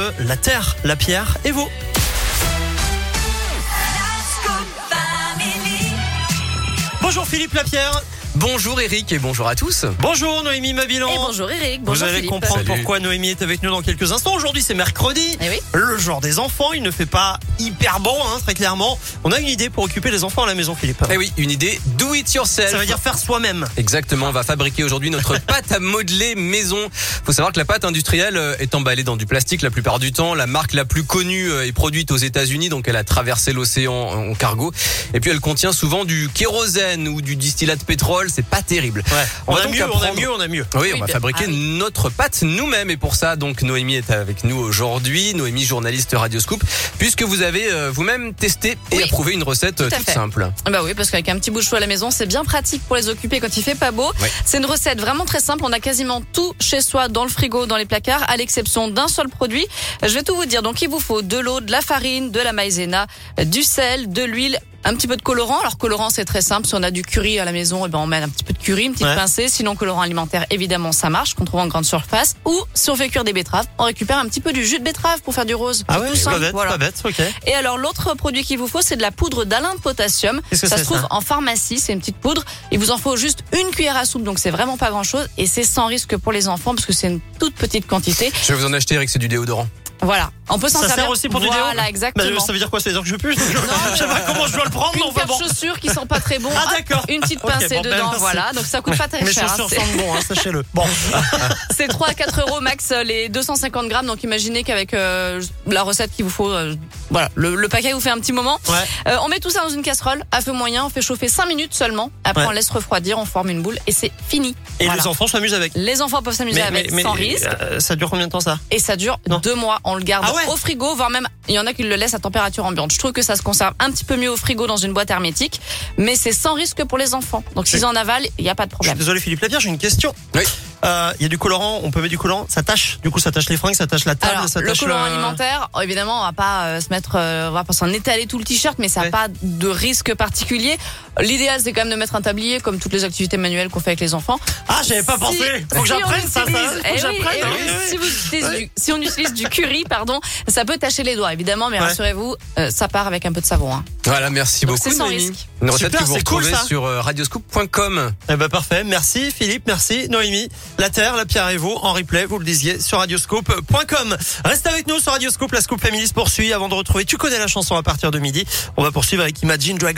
Euh, la terre, la pierre et vous. Bonjour Philippe Lapierre. Bonjour Eric et bonjour à tous. Bonjour Noémie Mabilan. Et Eh, bonjour Eric, Vous bonjour allez Philippe. comprendre Salut. pourquoi Noémie est avec nous dans quelques instants. Aujourd'hui, c'est mercredi. Eh oui. Le jour des enfants, il ne fait pas hyper bon, hein, très clairement. On a une idée pour occuper les enfants à la maison, Philippe. Eh oui, une idée do it yourself. Ça veut dire faire soi-même. Exactement, on va fabriquer aujourd'hui notre pâte à modeler maison. Faut savoir que la pâte industrielle euh, est emballée dans du plastique la plupart du temps. La marque la plus connue euh, est produite aux États-Unis, donc elle a traversé l'océan en cargo. Et puis elle contient souvent du kérosène ou du distillat de pétrole. C'est pas terrible. On, va a donc mieux, on a apprendre- mieux, on a mieux. Oui, Oui, on va bien- fabriquer ah notre pâte nous-mêmes et pour ça, donc Noémie est avec nous aujourd'hui, Noémie journaliste Radio Scoop, puisque vous avez euh, vous-même testé et Oui. approuvé une recette euh, à toute fait. simple. Bah oui, parce qu'avec un petit bout de chou à la maison, c'est bien pratique pour les occuper quand il fait pas beau. Ouais. C'est une recette vraiment très simple. On a quasiment tout chez soi, dans le frigo, dans les placards, à l'exception d'un seul produit. Je vais tout vous dire. Donc il vous faut de l'eau, de la farine, de la maïzena, du sel, de l'huile. Un petit peu de colorant. Alors colorant c'est très simple. Si on a du curry à la maison, eh ben on met un petit peu de curry, une petite Ouais. pincée. Sinon colorant alimentaire, évidemment ça marche, qu'on trouve en grande surface. Ou si on fait cuire des betteraves, on récupère un petit peu du jus de betterave pour faire du rose. Ah C'est ouais, tout c'est pas simple, bête, voilà. pas bête, ok. Et alors l'autre produit qu'il vous faut, c'est de la poudre d'alun de potassium. Qu'est-ce que ça c'est, se trouve ça en pharmacie, c'est une petite poudre. Il vous en faut juste une cuillère à soupe, donc c'est vraiment pas grand-chose. Et c'est sans risque pour les enfants, parce que c'est une toute petite quantité. Je vais vous en acheter, Eric, c'est du déodorant. Voilà, on peut s'en Ça servir. sert aussi pour du déo Voilà, Bah, exactement. euh, euh, ça veut dire quoi C'est-à-dire que je pue Je je sais pas comment je dois le prendre, mais une enfin paire bon. de chaussures qui sont pas très bon. Ah, hop, d'accord. Une petite Ok, pincée bon, ben, dedans, merci. voilà. Donc ça coûte pas très Mes cher. hein. chaussures C'est- sentent bon, hein, sachez-le. Bon, C'est 3 à 4 euros max euh, les 250 grammes. Donc imaginez qu'avec euh, la recette qu'il vous faut, euh, voilà, le, le paquet vous fait un petit moment. ouais. Euh, on met tout ça dans une casserole à feu moyen, on fait chauffer 5 minutes seulement. Après, Ouais. on laisse refroidir, on forme une boule et c'est fini. Et Voilà. les enfants s'amusent avec. Les enfants peuvent s'amuser avec sans risque euh, ça dure combien de temps ça et ça dure Non. deux mois. On le garde Ah ouais au frigo, voire même il y en a qui le laissent à température ambiante. Je trouve que ça se conserve un petit peu mieux au frigo dans une boîte hermétique, mais c'est sans risque pour les enfants. Donc s'ils en avalent, il n'y a pas de Je suis problème. désolé Philippe Lapierre, j'ai une question. Oui. Euh, Il y a du colorant, on peut mettre du colorant, ça tâche. Du coup, ça tâche les fringues, ça tâche la table, Alors, ça le tâche colorant alimentaire, oh, évidemment, on va pas euh, se mettre, euh, on va pas s'en étaler tout le t-shirt, mais ça n'a Ouais. pas de risque particulier. L'idéal, c'est quand même de mettre un tablier, comme toutes les activités manuelles qu'on fait avec les enfants. Ah, j'avais pas Si- pensé. Faut que si on j'apprenne ça, ça. Faut utilise- eh que oui, j'apprenne. eh hein. oui, Si, vous utilisez Ouais. du- si on utilise du curry, pardon, ça peut tacher les doigts, évidemment, mais Ouais. rassurez-vous, euh, ça part avec un peu de savon. hein. Voilà, merci Donc beaucoup. c'est sans Noémie. risque. Une recette Super, que vous c'est cool, retrouvez ça. sur euh, radioscoop.com. Eh ben parfait, merci Philippe, merci Noémie, la Terre, la Pierre et vous en replay, vous le disiez sur radioscope.com. Restez avec nous sur Radioscope, la Scoop Family se poursuit avant de retrouver. Tu connais la chanson à partir de midi. On va poursuivre avec Imagine Dragon.